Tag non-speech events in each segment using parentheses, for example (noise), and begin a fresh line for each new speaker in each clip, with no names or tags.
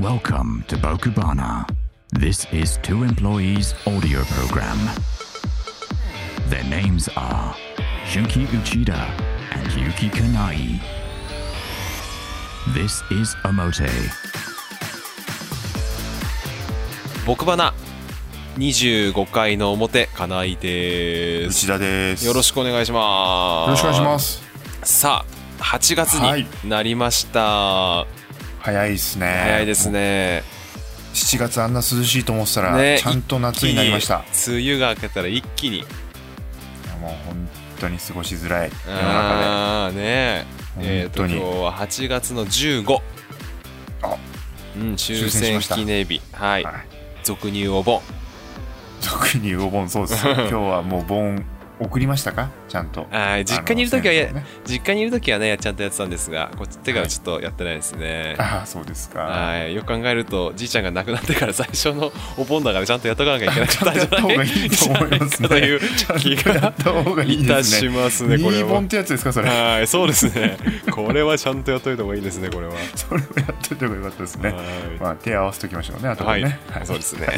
Welcome to Bokubana. This is two employees' audio program. Their names are Shunki Uchida and Yuki Kanai. This is Omote.
僕ばな25回の表金井です
内田です。
よろしくお願いします
よろしくお願いします。
すさあ8月
はい
になりました、
早いですね。
早いです。ね
7月あんな涼しいと思ってたら、
ね
ちゃんと夏になりました。
梅雨が明けたら一気に
いやもう本当に過ごしづらい世の中
ああねええー
本
と
当に
今日は8月の15
あ
うん、終
終戦し
戦
ました
記念日はい、
で。はい
俗に言うお盆
特にお盆そ
(laughs)
うです。今日はもう盆送りましたか？ちゃんと。
はい実家にいるときは
あの
や、
先生ね
実家にいるときはねちゃんとやってたんですがこっち手が
はい
ちょっとやってないですね、
ああそうですか。
はい、よく考えるとじいちゃんが亡くなってから最初のお盆だからちゃんとやっとかなきゃいけなかったんじゃ
やった方
な
が
い
いいと思いますね
という気
や
が
った方がいい
いた
で
し
すね。
ますねこれ
いい盆
は
っ。てやつですかそれ？
はい、そうですね。これはちゃんとやっといた方がいいですねこれは。
それをやっといた方がよかったですね。
は
まあ手合わせときましょうね。あと
い、
で
はい
ね。
そうですね。
は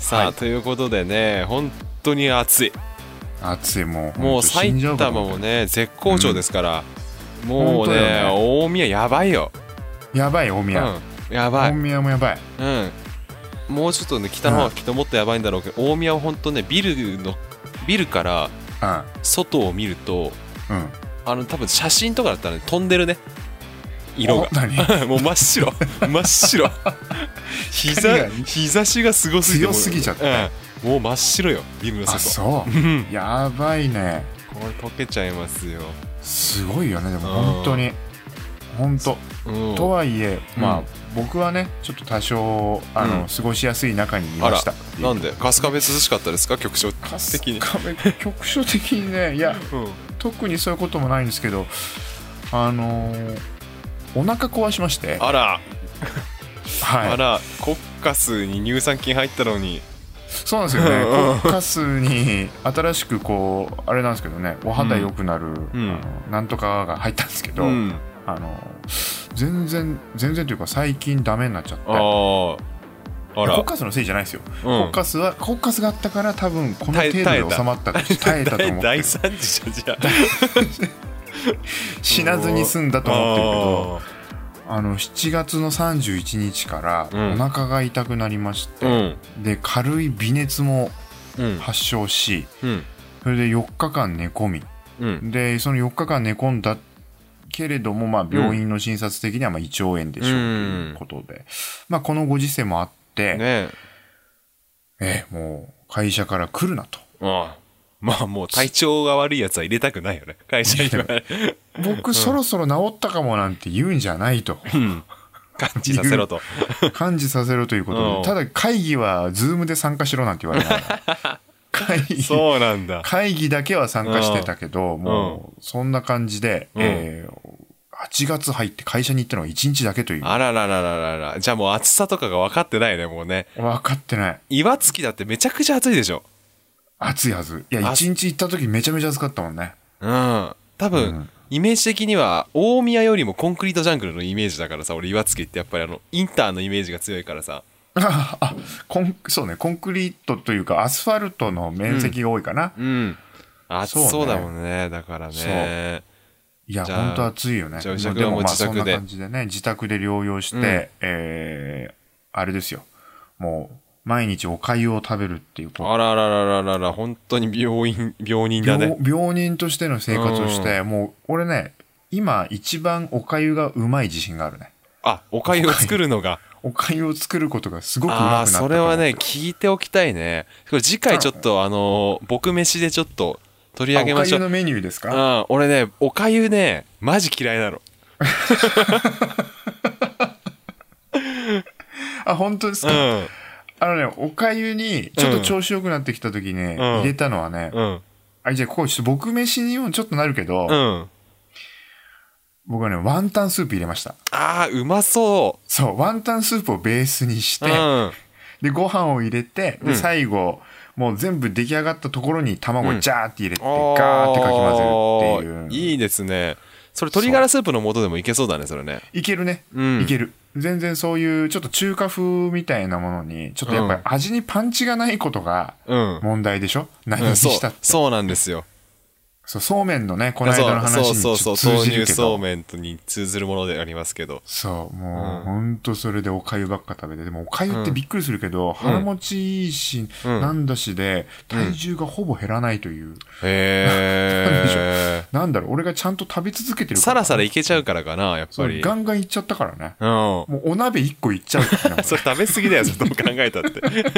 さあ
い
ということでね本当に暑い。
暑いもう
もう
死ん
埼
じゃか
玉
と思っ
も
た
ね絶好調ですから。もう
本当だ
ね
よ
大宮やばいよ。
やばい大
う
宮。
ん、やばい
大。宮もやばい。
うん、もうちょっとね北の方はきっともっとやばいんだろうけど、大宮は本当ねビルのビルから
う
外を見ると
ん。うん。
あの多分写真とかだったら、ね、飛んでるね色が
お
(laughs)
何
もう真っ白真っ
(laughs)
白
光
膝
が
日差しがすごすぎて
強すぎちゃった、
うんもう真っ白よビルの
あ、
外
そ
うん
う。やばいね。
これ溶けちゃいますよ、
すごいよね、でも
うん
本当に。本当。
うん、
とはいえ、
うん
まあ、僕はね、ちょっと多少、あ
うん
の、過ごしやすい中にいましたっていう。
なんで春日部涼しかったですか局長
かす
的に、
かめ局所的にね、いや、
うん、
特にそういうこともないんですけど、あのー、お腹壊しまして、
あら、あ
はい、
らコッカスに乳酸菌入ったのに
そうなんですよ
(laughs) う
ね
んうんうん、
コッカスに新しくこう、あれなんですけどね、お肌良くなる、
ん
あのなんとかが入ったんですけど、
うん
あの全然全然というか最近ダメになっちゃってコ
あああら、
ッカスのせいじゃないですよ、
う
コッカスはコッカスがあったから多分この
耐え
程度
耐え
で
た
収まったと耐えたと思
大
って
大
る
惨事じゃんじゃあ
死なずに済んだと思ってるけどあの7月の31日か
う
らお
ん
腹が痛くなりまし
あ
て、で軽い微熱も
ーうん
発症し
うん
それで4日間寝込み
うん
でその4日間寝込んだけれども、まあ、病院の診察的にはまあ胃腸炎でしょうということで、まあ、このご時世もあって、
ねえ
ええ、もう会社から来るなと。
ああまあもう体調が悪いやつは入れたくないよね会社には
僕そろそろ治ったかもなんて言うんじゃない
(laughs)
と。
うん感じさせろと
感じさせろというこ
う
と
ん
で。ただ会議はズームで参加しろなんて言われながら。
(laughs)
会議、
そうなんだ
会議だけは参加してたけど、もうそんな感じで、
うん
えー8月入って会社に行ったのは1日だけという。
あららららららじゃあもう暑さとかが分かってないねもうね
分かってない。
岩槻だってめちゃくちゃ暑いでしょ
暑いはず。いや、
あ
1日行った時めちゃめちゃ暑かったもんね。
うん多分、
うん
イメージ的には大宮よりもコンクリートジャングルのイメージだからさ俺岩槻ってやっぱりあのインターのイメージが強いからさ
あ、あコンそうね、コンクリートというかアスファルトの面積が多いかな。
うん暑
そうね
そうだもんねだからね
いや、
じゃあ
本当暑いよね。
じゃあ牛田
で
君はも
も
う
まあ
自
そん
宅
な
で
感じでね、自宅で療養して、
うん
えー、あれですよ。もう、毎日お粥を食べるっていうこ
あらららららら本当に病院病人
う
だ
病
ね
病人としての生活をして、もう、俺ね、今一番お粥がうまい自信があるね。
あおかゆを作るのが
お粥を作ることがすごくうまくな
あ
っ
あー
た
そ
と思う
れはね聞いておきたいねこれ次回ちょっとあのー僕飯でちょっと取り上げ
あお
ましょ
粥
う
のメニューです
う
か
ん俺ねおかゆねマジ嫌いなの
あ、本当です
う
か、
ん
あのね、お粥に、ちょっと調子良くなってきた時に、ね
ん
入れたのはね、
うん
あ、じゃあここちょっと僕飯にもちょっとなるけど、
うん
僕はね、ワンタンスープ入れました。
あーうまそ
そう、ワンタンスープをベースにして、
ううん
で、ご飯を入れて、
うん
で、最後、もう全部出来上がったところに卵
うん
をジャーって入れて、ガーってかき混ぜるっていう。
いいですねそれ鶏ガラスープの素でもいけそうだねそれね
いけるね、
うん
いける全然そういうちょっと中華風みたいなものにちょっとやっぱり味にパンチがないことが
うん
問題でしょ、何
うん
に
そう
したって、
そうなんですよ
そうそうめんのねこの間の話にち
そ
ょ
う
っ
そ
と
うそう豆
通じる
乳
け
そ
ど
うめんとに通ずるものでありますけど
そうもう、
う
ほんとそれでおかゆばっか食べてでもおかゆってびっくりするけど、腹持ちいいし、
うん
なんだしで体重がほぼ減らないという、なんでしょ
へえ
なんだろう俺がちゃんと食べ続けてるか
さ
ら
らさらいけちゃうからかなやっ
そ
ぱ
う
り
ガンガンいっちゃったからね
うん
もうお鍋1個いっちゃうってなっ
それ食べ過ぎだよそれどう考えたって
ていう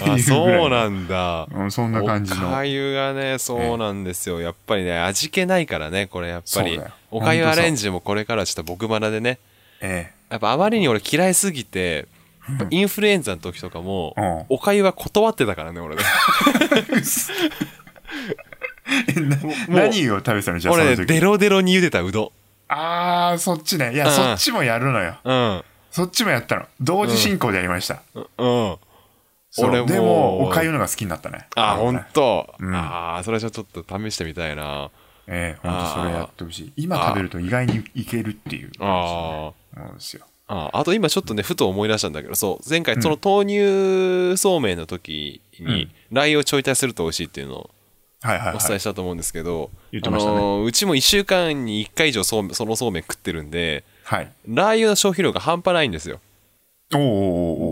ぐら
あ
い
そうなんだ
うんそんな感じ
お
の
かゆがねそうなんですよやっぱりね味気ないからねこれやっぱり
そうだよ
おかゆ
ほん
ア
とそう
レンジもこれからちょっと僕学でね
え
やっぱあまりに俺嫌いすぎてやっぱインフルエンザの時とかも、
うん
おかゆは断ってたからね俺ね
えな何を食べてたのじゃあそ
俺
の
ね
時
デロデロに茹でたうど
あーそっちねいや、
うん
そっちもやるのよ
んうん
そっちもやったの同時進行でやりました、
うん
そう
俺も
でもおかゆのが好きになったね
あ
の
本
ね
当、
うん
ああそれじゃちょっと試してみたいな
ええ本当それやってほしい今食べると意外にいけるっていう
あ
ものですよ
ああと今ちょっとねふと思い出したんだけどそう前回その豆乳そうめんの時にライをちょい足しすると美味しいっていうのを
はいはい
お伝
は
え
い
したと思うんですけど、
言ってましたね
あのーうちも1週間に1回以上そうめんそのそうめん食ってるんで
はい
ラー油の消費量が半端ないんですよ
おーおーおー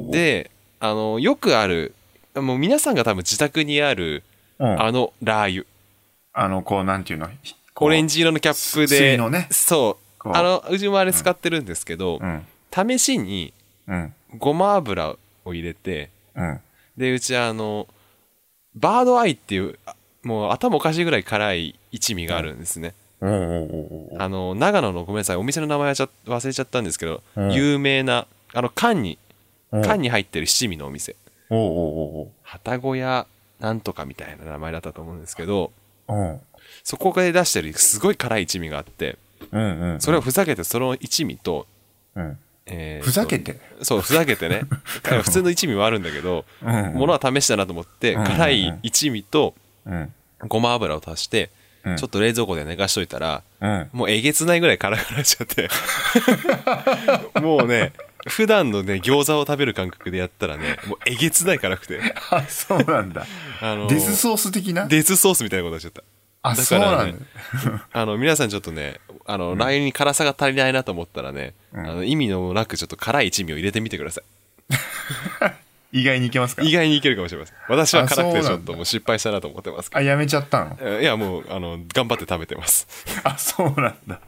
おー
であのよくあるもう皆さんが多分自宅にある
うん
あのラー油
あのこうなんていうのひこう
オレンジ色のキャップで
水のね
そう
こう
あのうちもあれ使ってるんですけど、
うん
試しに
うん
ごま油を入れて
うん
でうちあのバードアイっていうあもう頭おかしいぐらい辛い一味があるんですね、
おーおーおーおー
あの長野のごめんなさいお店の名前はちゃ忘れちゃったんですけど、
うん
有名なあの缶に
うん
缶に入ってる七味のお店
おーおーお
旗小屋なんとかみたいな名前だったと思うんですけど
ーおー
そこで出してるすごい辛い一味があって
うんうんうん
それをふざけてその一味と,、
うん
えーと
ふざけて
そうふざけて
(laughs)
ね普通の一味はあるんだけど、
うん
ものは試したなと思って、
うん
辛い一味と
うん
ごま油を足して、
うん
ちょっと冷蔵庫で寝かしといたら
うん
もうえげつないぐらい辛くなっちゃって (laughs) もうね普段のね餃子を食べる感覚でやったらねもうえげつない辛くて、
あそうなんだ
(laughs) あのー
デスソース的な
デスソースみたいなことしちゃった
あ
だ
そ
か
うな
らね
んだ
あの皆さんちょっとねあの、ラー油に辛さが足りないなと思ったらね、あの意味のなくちょっと辛い一味を入れてみてください
意外にいけますか
意外にいけるかもしれません私は辛くて
あ
ち
そう
ょ
な
っ
んだ
ともう失敗したなと思ってますけ
あやめちゃったの
どえいやもうあの頑張って食べてます
あそうなんだ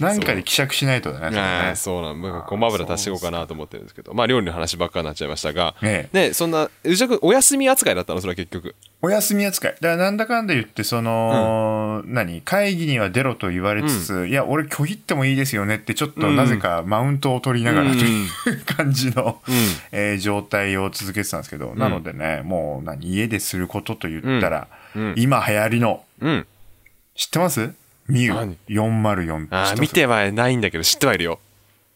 なんかで希釈しないとだねそれ
あ
ね
あそうなん僕ごま油足していこうかなと思ってるんですけどまあ料理の話ばっかになっちゃいましたが、
え
ねそんな宇治君お休み扱いだったのそれは結局
お休み扱い。だからなんだかんだ言って、その、何会議には出ろと言われつつ、いや、俺拒否ってもいいですよねって、ちょっとなぜかマウントを取りながら
う
と
ん
いう、 (laughs) 感じの、えー状態を続けてたんですけど、なのでね、もう何家ですることと言ったら、
うん
今流行りの、
うん
知ってますミュ
何
ー404って知ってま
あ
す
あ見てはないんだけど知ってはいるよ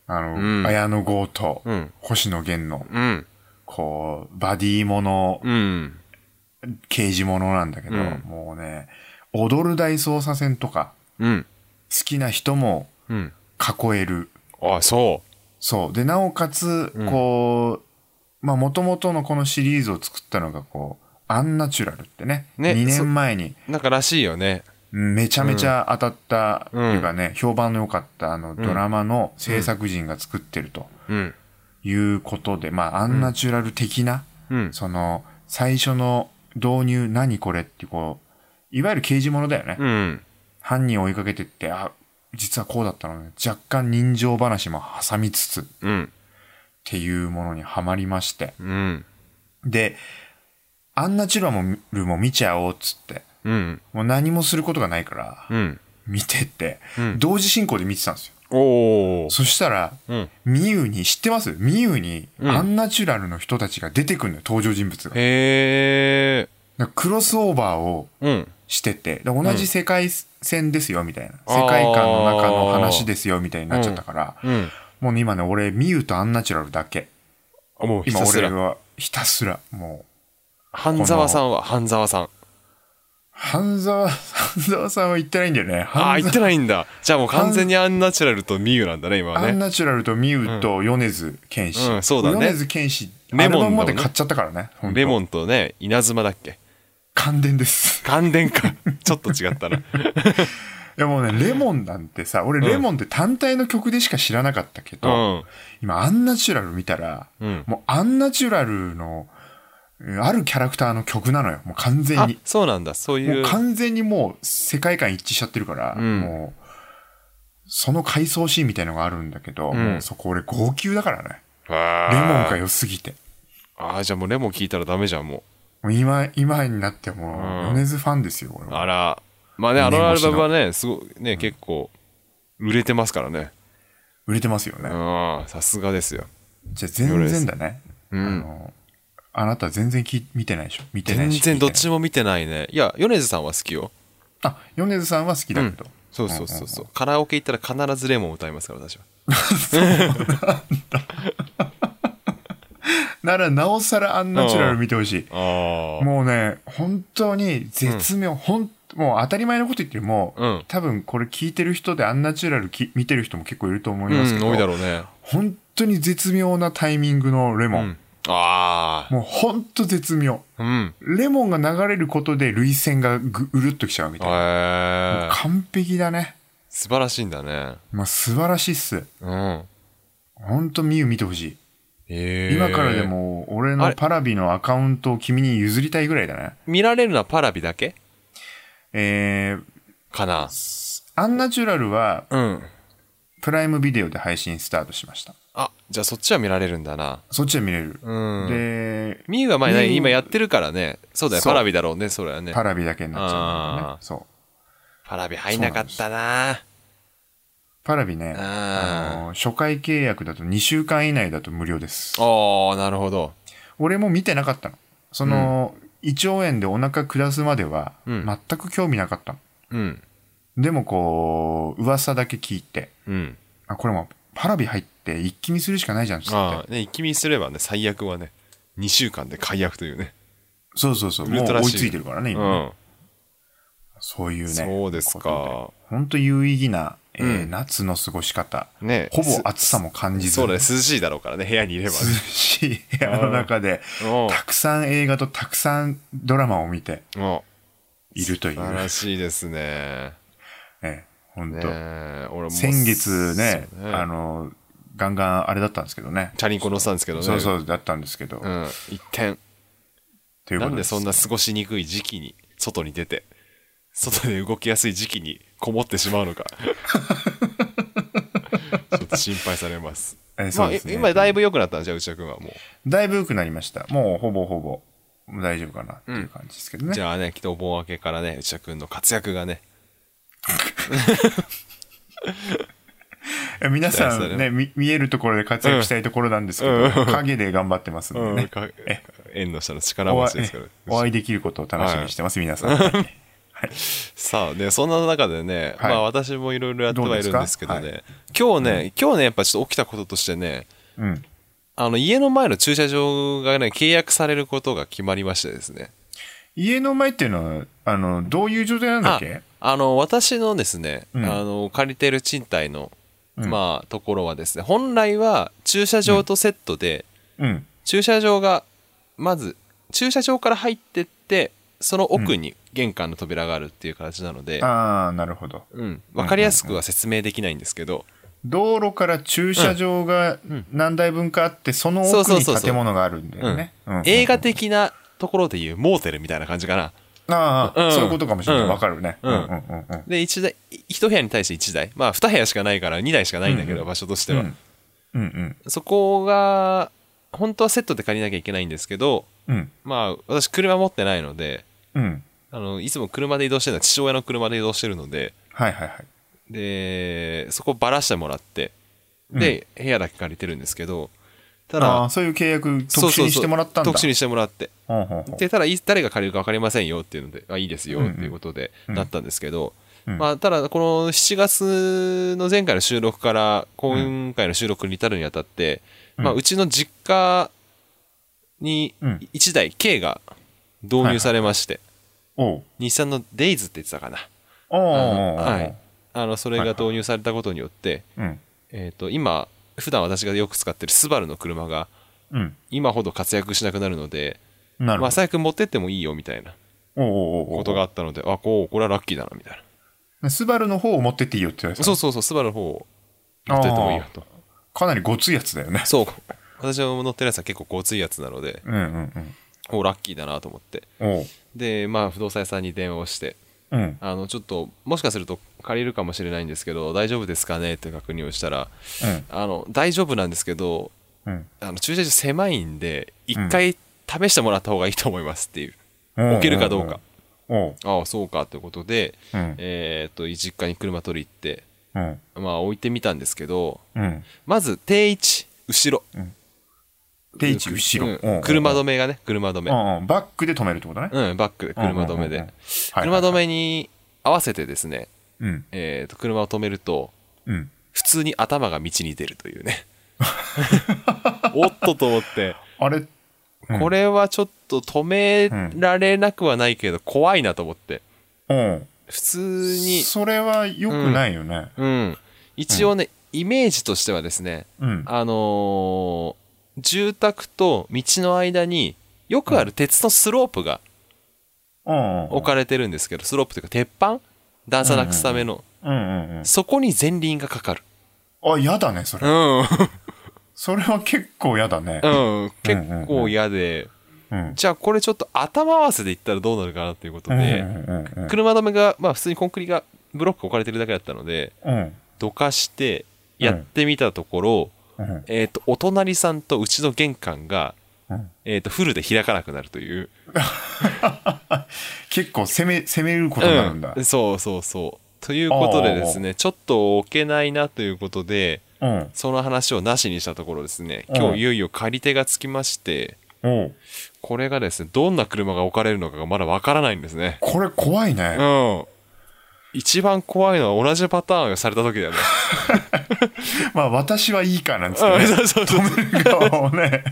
あの、
うん
綾野剛と、
うん
星野源の、
うん
こう、バディもの、
うん
刑事ものなんだけど、
うん
もうね、踊る大捜査線とか、
うん
好きな人も
うん
囲える。
ああそ
そう。で、なおかつ、
うん
こう、まあ、もともとのこのシリーズを作ったのが、こう、アンナチュラルってね、
ね
2年前に、
うなんからしいよね
うんめちゃめちゃ当たった、
うん
っていうかね、評判の良かった、あの、ドラマの制作陣が作ってると
うん
いうことで、まあ、アンナチュラル的な、
うん
その、最初の導入、何これって、こう、いわゆる刑事ものだよね。
うん
犯人を追いかけてって、あ、実はこうだったのね。若干人情話も挟みつつっ
うん
ていうものにはまりまして。
うん
で、アンナチュラルも見ちゃおうっつって、
うん
もう何もすることがないから、
うん
見てて、
うん
同時進行で見てたんですよ。
おお
そしたら、
うん
ミユに、知ってますミユに、
うん
アンナチュラルの人たちが出てくるのよ、登場人物が。
へえ
だからクロスオーバーを
うん
してて、で同じ世界線ですよ、みたいな。
あー
世界観の中の話ですよ、みたいになっちゃったから、
うん
もうね、今ね、俺、ミユとアンナチュラルだけ。
あもうひ
今、
たす
俺
ら
はひたすら、もう、
半沢さんは半沢さん
半沢、 (laughs) 半沢さんは言ってないんだよね。
ああ、
半
言っ
沢
てないんだ。じゃあもう完全にアンナチュラルとミユなんだね、今は
アン
ね。
ナチュラルとミウと米津玄師。
うんそうだね
米津玄師、
レ
レ
モンだもんね
モンまで買っちゃったからね。
レモ
ン。
ンとね、稲妻だっけ。
感
(laughs)
電です。
感電か。
(laughs)
ちょっと違ったな。
いやもうね、レモンなんてさ、俺レモンって単体の曲でしか知らなかったけ
う
ど、
ん。
今アンナチュラル見たら、
うん
もうアンナチュラルの、うんあるキャラクターの曲なのよ。もう完全
あ
に。、
そうなんだ。そう
も
いうう。
完全にもう世界観一致しちゃってるから、
うん
もう、その回想シーンみたいのがあるんだけど、
うん
もうそこ俺号泣だからね。レモン
あ
が
ー
良すぎて。
あー、じゃあもうレモン聞いたらダメじゃん、も
もう今、今になっても
う
う、
ん
米津ファンですよ、俺
う。
は。
あら。まあね、あの
二年
ア
越
ル
しの
バムはね、すごい、ね、結構、売れてますからね。
売れてますよね。
うん、さすがですよ。
じゃあ全然だね。
うん
あの、あなた全然き見てないでしょ見てな
全
いし。
然どっ
見て
ちも見てないね。いや、米津さんは好きよ。
ないあ、米津さんは好きだけど。
そうそうそうそう。カラオケ行ったら必ずレモン歌いますから、私は。
なら、なおさらアンナチュラル見てほしい。
あ
もうね、本当に絶妙、ほん、もう当たり前のこと言っても、
うん
多分これ聞いてる人でアンナチュラルき見てる人も結構いると思います
う
け
ん、
ど、
多いだろうね。
本当に絶妙なタイミングのレ
う
モン。
ん。ああ。
もう本当絶妙。
うん。
レモンが流れることで涙腺がぐうるっときちゃうみたいな。
へえ。
完璧だね。
素晴らしいんだね。
まあ、素晴らしいっす。
うん。
ほんとミユ見てほしい。
ええ。
今からで。も俺
あ
の
れ
パラビのアカウントを君に譲りたいぐらいだね。
見られるのはパラビだけ
えー、
かな。
アンナチュラルは
うん。
プライムビデオで配信スタートしました。
あ、じゃあそっちは見られるんだな。
そっちは見れる。
うん。
で、
ミユは前
ミ
ね、
ユ
今やってるからね。そうだよ、
そう
パラビだろうね、それはね。
パラビだけになっちゃうんだよね
あ。ー
そう。
パラビ入んなかったな。
パラビね、
あ
あの初回契約だと2週間以内だと無料です。
ああ、なるほど。
俺も見てなかったの。その、胃腸炎でお腹下すまでは
うん
全く興味なかったの。
うん。
でもこう、噂だけ聞いて、
うん。
あ、これもうパラビ入って一気見するしかないじゃんっつって。
ああ、ね、一気見すればね、最悪はね、2週間で解約というね。
そうそうそう。
ウ
も
ル
う
ト
追
ラ
い
シー
ついてるからね、
う
今ね
ん。
そういうね。
そうですか。
本当有意義な、えー
うん
夏の過ごし方。
ね
ほぼ暑さも感じず。
そうだね、涼しいだろうからね、部屋にいれば
涼
ね。
しい部屋の中で、
うん
たくさん映画とたくさんドラマを見て
うん。
いるとい
素晴
う
ら。しいですね。
ええ、本
ね
当、
え俺も
先月ね
そう
あの、ガンガンあれだったんですけどね。
チャリンコ乗ってたんですけどね。。
そうそうう、だったんですけど。
うん。一点。
という
な
こと
ん
で
ですそんな過ごしにくい時期に、外に出て、外で動きやすい時期にこもってしまうの
(laughs)
か。ちょっと心配されます。
えー
ま
そう
あ、
で
え
すね。
今だいぶ良くなったんじゃあ、内田君はも
だいぶ良くなりました。もうほぼほぼ大丈夫かなっていう感じですけどね。
う。じゃあね、きっとお盆明けからね、内田君の活躍がね、
え皆さ
そうです
ん
ね
ね、み見えるところで活躍したいところなんですけど、陰で頑張ってますのでね。
か縁の下の力
お
持
会
ちですから。
お会いできることを楽しみにしてます、皆さん。はい
(laughs) さあねそんな中でね、
はい
まあ私もいろいろやってはいるんですけどね
どうで
今日ね、今日ねやっぱちょっと起きたこととしてね
うん。
あの家の前の駐車場がね契約されることが決まりましてですね
家の前っていうのは、あの、どういう状態なんだっ
あ
け
あの私のですね、
うん
あの借りてる賃貸の、
うん
まあところはですね本来は駐車場とセットで、
うん。
駐車場がまず駐車場から入ってってその奥に玄関の扉があるっていう形なので、
ああ、なるほど。
うん、分かりやすくは説明できないんですけど、
道路から駐車場が何台分かあって、その
そう
奥
そう
に
そうそう
建物があるんだよね。うん
映画
うん
的なところでいうモーテルみたいな感じかな。
ああ、
うん
そういうことかもしれない。わかるね。
うん
うんうんうん。
で、一台、一部屋に対して1台。まあ、2部屋しかないから2台しかないんだけど、
うん
場所としては。
うんうんうん
そこが、本当はセットで借りなきゃいけないんですけど、
うん
まあ、私車持ってないので、
うん。
あの、いつも車で移動してるのは父親の車で移動してるので、
はいはいはい。
で、そこばらしてもらって、で、部屋だけ借りてるんですけど、た
ああー、
だ、
そういう契約、特
そうそう
殊に
そう
してもらったんだ。
特殊にしてもらって。
ほうほうほう
でただい誰が借りるか分かりませんよっていうのであいいですよっていうことで
うん
なったんですけど、
うん
まあ、ただこの7月の前回の収録から今回の収録に至るにあたって、う
うん
まあ、うちの実家に
うん
1台 K が導入されまして、
おう
日産のデイズって言ってたかな。
おうおう
あ
おう
のは
お。
いうあの、それが導入されたことによって、
うん
えっと、今、普段私がよく使ってるスバルの車が、
うん
今ほど活躍しなくなるので、
なる
ま
ほ
あ、
ど
最悪持ってってもいいよみたいな
おうおうおうおう
ことがあったので、あ、こう、これはラッキーだな、みたい
スバルの方を持ってっていいよって言われ
な。
て
そ
た
うそうそう、スバルの方を持ってってもいいよと。
かなりごついやつだよね
そう。私の乗ってるやつは結構ごついやつなので、
うんうん
おラッキーだなと思って。
うんおう
で、まあ、不動産屋さんに電話をして、
うん
あの、ちょっと、もしかすると借りるかもしれないんですけど、大丈夫ですかねって確認をしたら、
うん
あの、大丈夫なんですけど、
うん
あの駐車場狭いんで、一回試してもらった方がいいと思いますっていう。
うん
置けるかどうか。
おう
ああ、そうかということで、
うん
えーっと、実家に車取り行って、
うん
まあ置いてみたんですけど、
うん
まず定位置、後ろ。
定位置後ろ、
うん
うん
車止めがね、車止
う
め。
んうんバックで止めるってことね、
うん、バックで、車止め
うんうんうんうん
で。
はい
車止めに合わせてですね、
うん
えーっと、車を止めると、
うん
普通に頭が道に出るという
(laughs)
ね。おっとと思って、
あれうん
これはちょっと止められなくはないけど、怖いなと思って。
うん
普通に、
それは良くないよね
うん。一応ね、イメージとしてはですね、
うん
あのー住宅と道の間によくある鉄のスロープが
うん
置かれてるんですけど、スロープというか鉄板段差なくすための、
うんうんうん
そこに前輪がかかる。
あやだねそれ
うん。
それは結構やだね
うん。結構嫌で、
うん
じゃあこれちょっと頭合わせでいったらどうなるかなっていうこと
うんうん
で、
うん
車止めが、まあ普通にコンクリが、ブロック置かれてるだけだったので、
うん
どかしてやってみたところ、
うん
えっ、と、お隣さんとうちの玄関が、
うん
えっ、と、フルで開かなくなるという。
結構攻め攻めることになるんだ
うんそうそうそう。ということでですね、ちょっと置けないなということで、
うん
その話をなしにしたところですね、
うん
今日いよいよ借り手がつきまして、
おう
これがですね、どんな車が置かれるのかがまだわからないんですね。
これ怖いうね
ん。一番怖いのは同じパターンがされた時だよね。
まあ私はいいかなんつって
うん
ね
(laughs) そうそうそうそう。
顔をね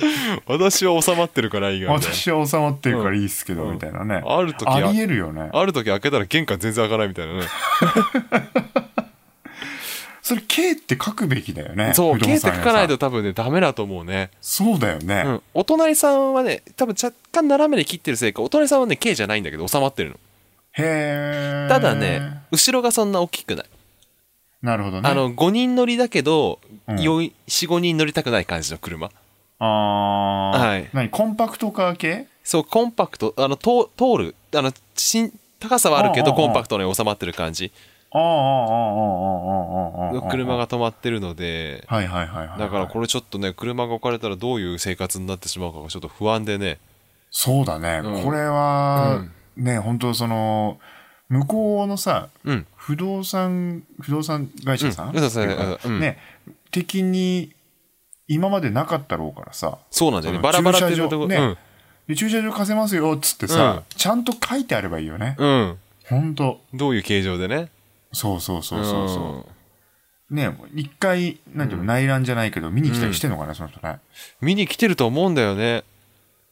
私は収まってるからいいが、ね。
私は収まってるからいいっすけど
うん
みたいなね
ある時
ありえるよね
ある時開けたら玄関全然開かないみたい
(laughs)
なね。
それ K って書くべきだよね
そう、
不動
消えて
産
書
屋さん
かないと多分ね、ダメだと思うね。
そうだよ
う
ね
ん。お隣さんはね、多分若干斜めで切ってるせいか、お隣さんはね、K じゃないんだけど、収まってるの。
へえ
ただね、後ろがそんな大きくない。
なるほどね
あの、5人乗りだけど、
うん
4、5人乗りたくない感じの車。
あー
はい
何コンパクトカー系
そう、コンパクト、あの、通通る、あの、しん高さはあるけ
うんう
ど、
んうん
コンパクトに収まってる感じ
ああああああああああ
の車が止まってるので、
はいはいはいはい
だからこれちょっとね、車が置かれたらどういう生活になってしまうかがちょっと不安でね。
そうだね、
うん
これは、ね本当その向こうのさ
うん。
不動産不動産会社さん、
うん不動産
っていうか
うん
ね的に今までなかったろうからさ
そうなんだよね。
その
バラバラっていう
駐車場
ところ。
ね
うん
で駐車場貸せますよっつってさ、ちゃんと書いてあればいいよね、
うん。
ほんと
どういう形状でね。
そうそうそうそうそう、
ん
ね一回なんていうの、内覧じゃないけど見に来たりしてんのかな、その人ね
見に来てると思うんだよね。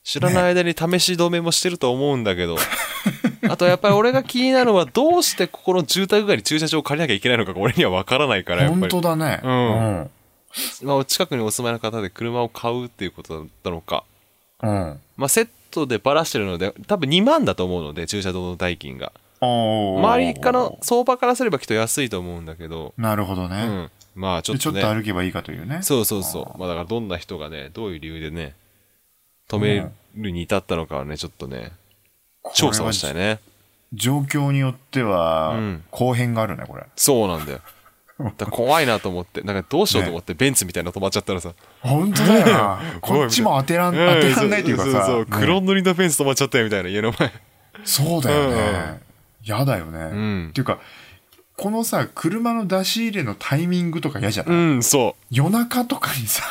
知らない間に試し止めもしてると思うんだけど。あとやっぱり俺が気になるのはどうしてここの住宅街に駐車場を借りなきゃいけないのかが俺には分からないからやっぱ
本
り
当、だね
うん
うん
まあ、近くにお住まいの方で車を買うっていうことだったのか、
うん
まあ、セットでバラしてるので多分2万だと思うので駐車場の代金が
周
周りから相場からすればきっと安いと思うんだけど、
なるほど
う
ね、
ん、まあちょ
で
っ
ちょ
と
っ
ね
と歩けばいいかというね
そうそうそうまあだからどんな人がねどういう理由でね止めるに至ったのかはねちょっとね調査をしたい
ね
ね
状況によっては、
うん
後編があるねこれ
そうなんだよ。だから怖いなと思って、なんかどうしようと思って、ベンツみたいなの止まっちゃったらさ、
本当だよなこっちも当てらん当てらんないというかさ
んそうそう
ね
黒塗りのベンツ止まっちゃったよみたいな、家の前。
そうだよね、やだよね、
ん
っていうかこのさ車の出し入れのタイミングとか嫌じゃない、
うん、そ
夜中とかにさ、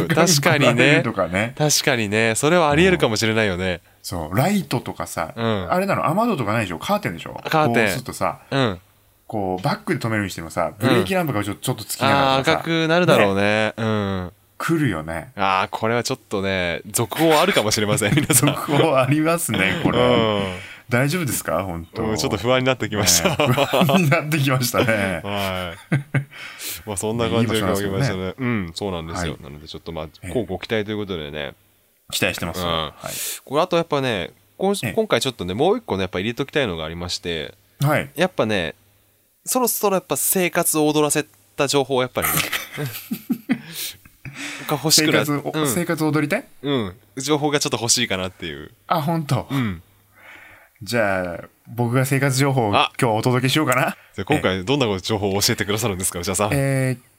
うん確かにね
ガンガン流れるとかね
う。確かにね、それはありえるかもしれないよね。
そうライトとかさ、
うん
あれなの雨戸とかないでしょカーテンでしょ
カーテン
こうするとさ
うん。
こうバックで止めるにしてもさブレーキランプがちょちょっとつきなが
ああ、
らとかさ
赤くなるだろうね。うん。
来るよね
ああ、
(laughs)
これはちょっとね、続報あるかもしれません、皆さん。
続報ありますね、これ。
うん。
大丈夫ですか本当、
うんちょっと不安になってきました。。
ね不安になってきましたね
(laughs) はい。まあそんな感じで考えましたね。うん、そうなんですよ。
はい
なのでちょっとまあ、
ええ
こうご期待ということでね。
期待してます。
うん
は
これあとやっぱね、今
ええ
今回ちょっとね、もう一個ね、やっぱ入れときたいのがありまして、
い。はい。
やっぱね、そろそろやっぱ生活を踊らせた情報をやっぱりね、
(laughs)
が欲し
生
くな
活を、
うん
生活を踊りたい
うん、情報がちょっと欲しいかなっていう。
あ、本当、
うん。
じゃあ、僕が生活情報を今
あ
日はお届けしようかな。
じゃあ今回どんなご情報を教えてくださるんですか、内田さん。
えー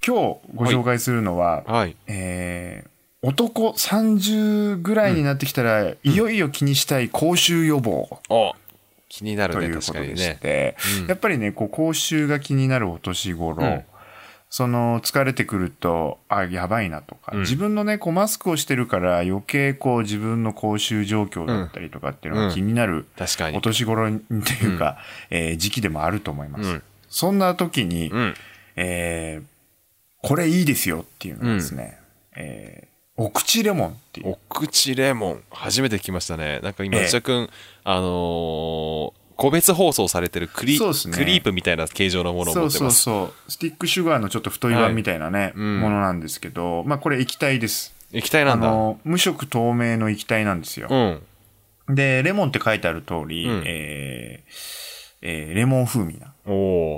今日ご紹介するのは、
はい。
えー男30ぐらいになってきたら、いよいよ気にしたい口臭予防
お気になる
と
ね、
いうこ
確
と
かに
でし
ね。
て、
うん
やっぱりね、こう、口臭が気になるお年頃、
うん
その、疲れてくると、あ、やばいなとか、
うん
自分のね、こう、マスクをしてるから、余計こう、自分の口臭状況だったりとかっていうの
うん
が気になる、
確か
お
に。
年頃にっていうか、えー時期でもあると思います。
うん
そんな時に、
うん。
えーこれいいですよっていうのがですね、えーお口レモンっていう
お。口レモン。初めて聞きましたね。なんか今、
ええ
内田くん、あのー個別包装されてるクリ,、
そうですね
クリープみたいな形状のものを
そ
持
う
って
そ
ま
う
す。
そう。スティックシュガーのちょっと太い版みたいなね、
うん
ものなんですけど、まあこれ液体です。
液体な
あ
んだ。
の、無色透明の液体なんですよ
う。ん。
で、レモンって書いてある通り、
うん
えーえーレモン風味な
お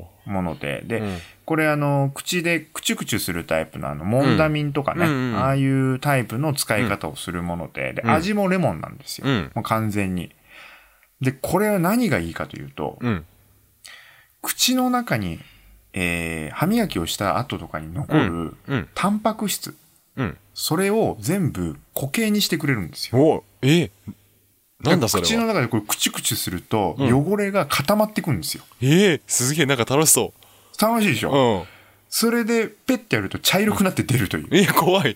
お
もので、
ー。
で、
うん
これあの、口でクチュクチュするタイプのあの、モンダミンとかね、
うんうんうん
ああいうタイプの使い方をするもので、で、
うん
味もレモンなんですよ。
うん
もう完全に。で、これは何がいいかというと、
うん。
口の中に、えー歯磨きをした後とかに残る、
うん。
タンパク質、
うん。
それを全部固形にしてくれるんですよ。
おおえなんだそ
口
れは。
の中でこれクチュクチュすると、
うん
汚れが固まってくるんですよ。
ええすげえ、なんか楽しそ
楽しいでし
う。う
ょ、
ん。
それで、ペッてやると茶色くなって出ると
(laughs)
いう。
え、怖い。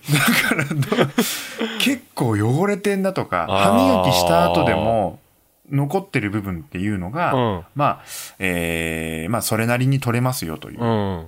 結構汚れてんだとか、
あ
歯
ー
磨きした後でも残ってる部分っていうのが、
うん。
まあ、えーまあ、それなりに取れますよといううん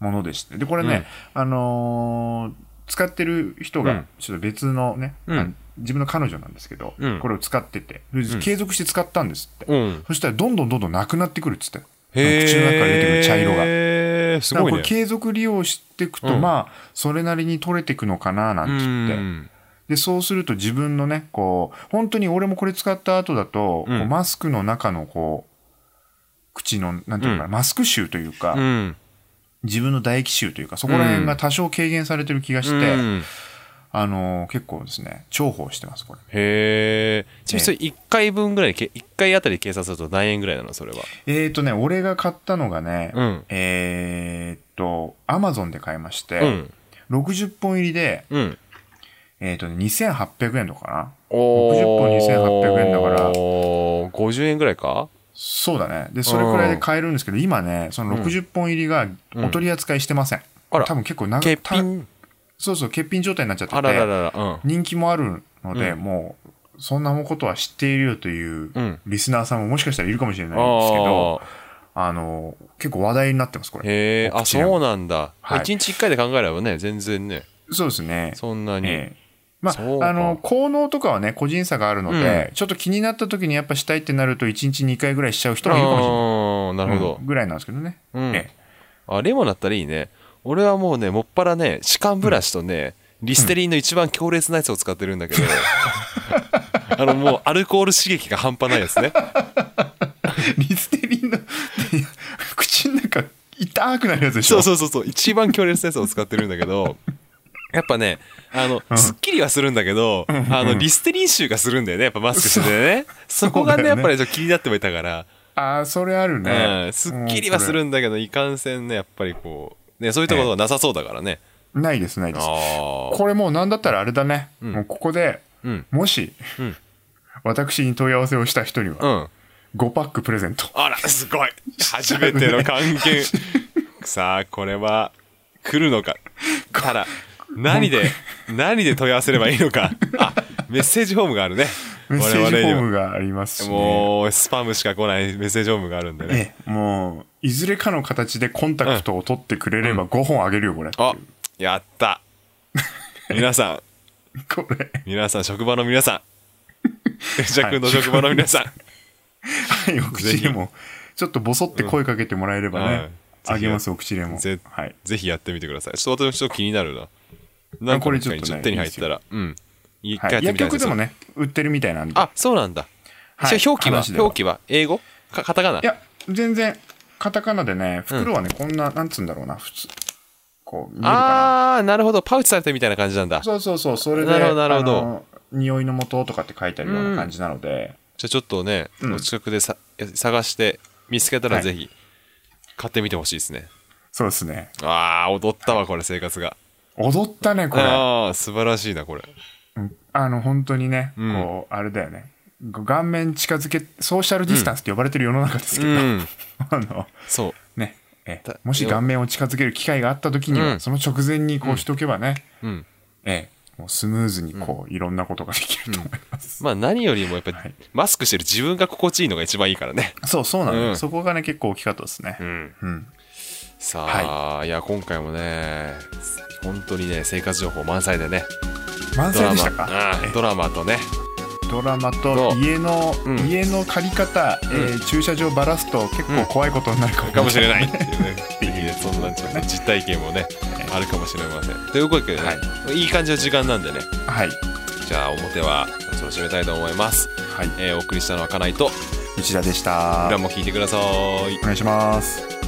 ものでして。で、これね、あのー使ってる人
う
が
ん、
ちょっと別のね、
うん
あの自分の彼女なんですけど、
うん
これを使ってて
ん、
継続して使ったんですって。
うん。
そしたら、どんどんどんどんなくなってくるっつって。
へえ。
口の中から出てくる茶色が。
へえ、す
だか
ご
ら
い
こ
ね
れ。継続利用していくと、
うん
まあ、それなりに取れていくのかな、なん
う
て言って。
ん。
で、そうすると自分のね、こう、本当に俺もこれ使った後だと、
うん
こうマスクの中のこう、口の、なんていうのかな、
うん
マスク臭というか、
うん。
自分の唾液臭というか、そこら辺が多少軽減されてる気がして、
うん
あのー結構ですね、重宝してます、これ。
へえ。ちなみにそれ1回分ぐらいで、1回あたり計算すると何円ぐらいなのそれは。
えーとね、俺が買ったのがね、
うん
えーっと、アマゾンで買いまして、
うん。
60本入りで、
うん。
えーっとね、2800円とかな。
お
60本2800円だから
おー50円ぐらいか
そうだね。で、それくらいで買えるんですけど、今ね、その60本入りがお取り扱いしてません。
あら
多分結構長
欠
た
品
そうそう、欠品状態になっちゃってて、
あらららら。
人気もあるので、
うん
もう、そんなことは知っているよという
うん。うん。
リスナーさんももしかしたらいるかもしれないんですけど、
ああ。
あの、結構話題になってます、これ。
へえ。あ、
お口レモン
そうなんだ。
はい
1日1回で考えればね、全然ね、
そうですね。
そんなに。
ええま
そう
あ、
か
あの、効能とかはね、個人差があるので、ちょっと気になった時にやっぱしたいってなると、1日2回ぐらいしちゃう人もいるかもしれない。
あーなるほど
うん。ぐらいなんですけどね。
うん
ええ
あ、レモンだったらいいね。俺はもうね、もっぱらね、歯間ブラシとね、リステリンの一番強烈なやつを使ってるんだけど、 (laughs) あの、もうアルコール刺激が半端ないですね。
(laughs) リステリンの (laughs) 口の中痛くなるやつでし
そ
ょ
うそうそうそう、一番強烈なやつを使ってるんだけど、やっぱね、あの、すっきりはするんだけど、あの、リステリン臭がするんだよね、やっぱマスクしててね。そこが
そ
ね、
うだ
や
よ
っ
ね
ぱりちょっと気になってはいたから、
ああそれある
う
ね
ん、すっきりはす
うん
るんだけど、いかんせんね、やっぱりこう、ね、そういったことはなさそうだからね。
これないですないです
ああ。
これもうなんだったらあれだね、
ん
もうここで
うん。
もし、
うん
私に問い合わせをした人に
う
は
ん。
5パックプレゼン
(laughs)
ト、
あら、すごい。初めての関
(laughs)
係。さあ、これは、来るのか。ただ、何で、何で問い合わせればいいのか。あ、メッセージフォームがあるね。
メッセージフォー
に
ムがありますし、
は。
ね、
もう、スパムしか来ないメッセージフォームがあるんでね。
ええもういずれかの形でコンタクトを取ってくれれば5本あげるよこれ、
あ、やった。皆さ
(laughs) こ
(laughs)
れ
ん、皆さん、職場の皆さん。じゃくんの職場の皆さん。
はい、お口でも、ちょっとボソって声かけてもらえれば
は
ね
い、
あげます、お口でも。
ぜ
はい。
ぜひやってみてください。ちょっと私ちょっと気になるな。なんか
これ
一回
ち
ちょ
ょっとね
っと手に入ったら。うん。一
は
回
い
やってみ
薬
たい
局でも。ね、売ってるみたいなんで。
あ、そうなんだ。
はい
じゃあ表記は
話では
表記は英語かカタカナ
いや、全然、カタカナでね、袋はね、こんな、なんつうんだろうな、普通。こう、見えるか
あー、なるほど。パウチされてるみたいな感じなんだ。
な。
じゃ
そうそうそう、それで、
なるほどなるほど
あの匂いの元とかって書いてあるような感じなので、
あちょっとね、
うん
お近くでさ探して見つけたら
はい
ぜひ買ってみてほしいですね。
そうですね。
あー、踊ったわ、これ生活が。
踊ったね、これ。
あー、素晴らしいな、これ。
うんあの、本当にね、
うん
こう、あれだよね。顔面近づけ、ソーシャルディスタンスって呼ばれてる世の中ですけ
う
ど、
ん。
(laughs) あの、
そう。
ね、え
た
もし顔面を近づける機会があった時には、
うん
その直前にこうしておけばね、
うん。
ええ、もうスムーズにこう、いろんなことができると思います。
まあ何よりもやっぱり
はい
マスクしてる自分が心地いいのが一番いいからね。
そう、そうなの、
うん
よそこがね、結構大きかったですね。
ん。
うん。
さあ、い、や今回もね本当にね生活情報満載でね
満
ド
載
ラ
でし
マ
たか
うん
え
ドラマとね
ドラマと
そう
家の、
うん
家の借り方、えー駐車場ばらすと結構怖いことになるかも,、
かもしれない
い
っていうねぜひねそんなちょっと実体験もねあるかもしれませんというわけでね、い、い感じの時間なんでね
(laughs) はい
じゃあ表はそろそろ締めたいと思います、
はい
えーお送りしたのはかないと
内田でした
裏も聞いてください
お願いします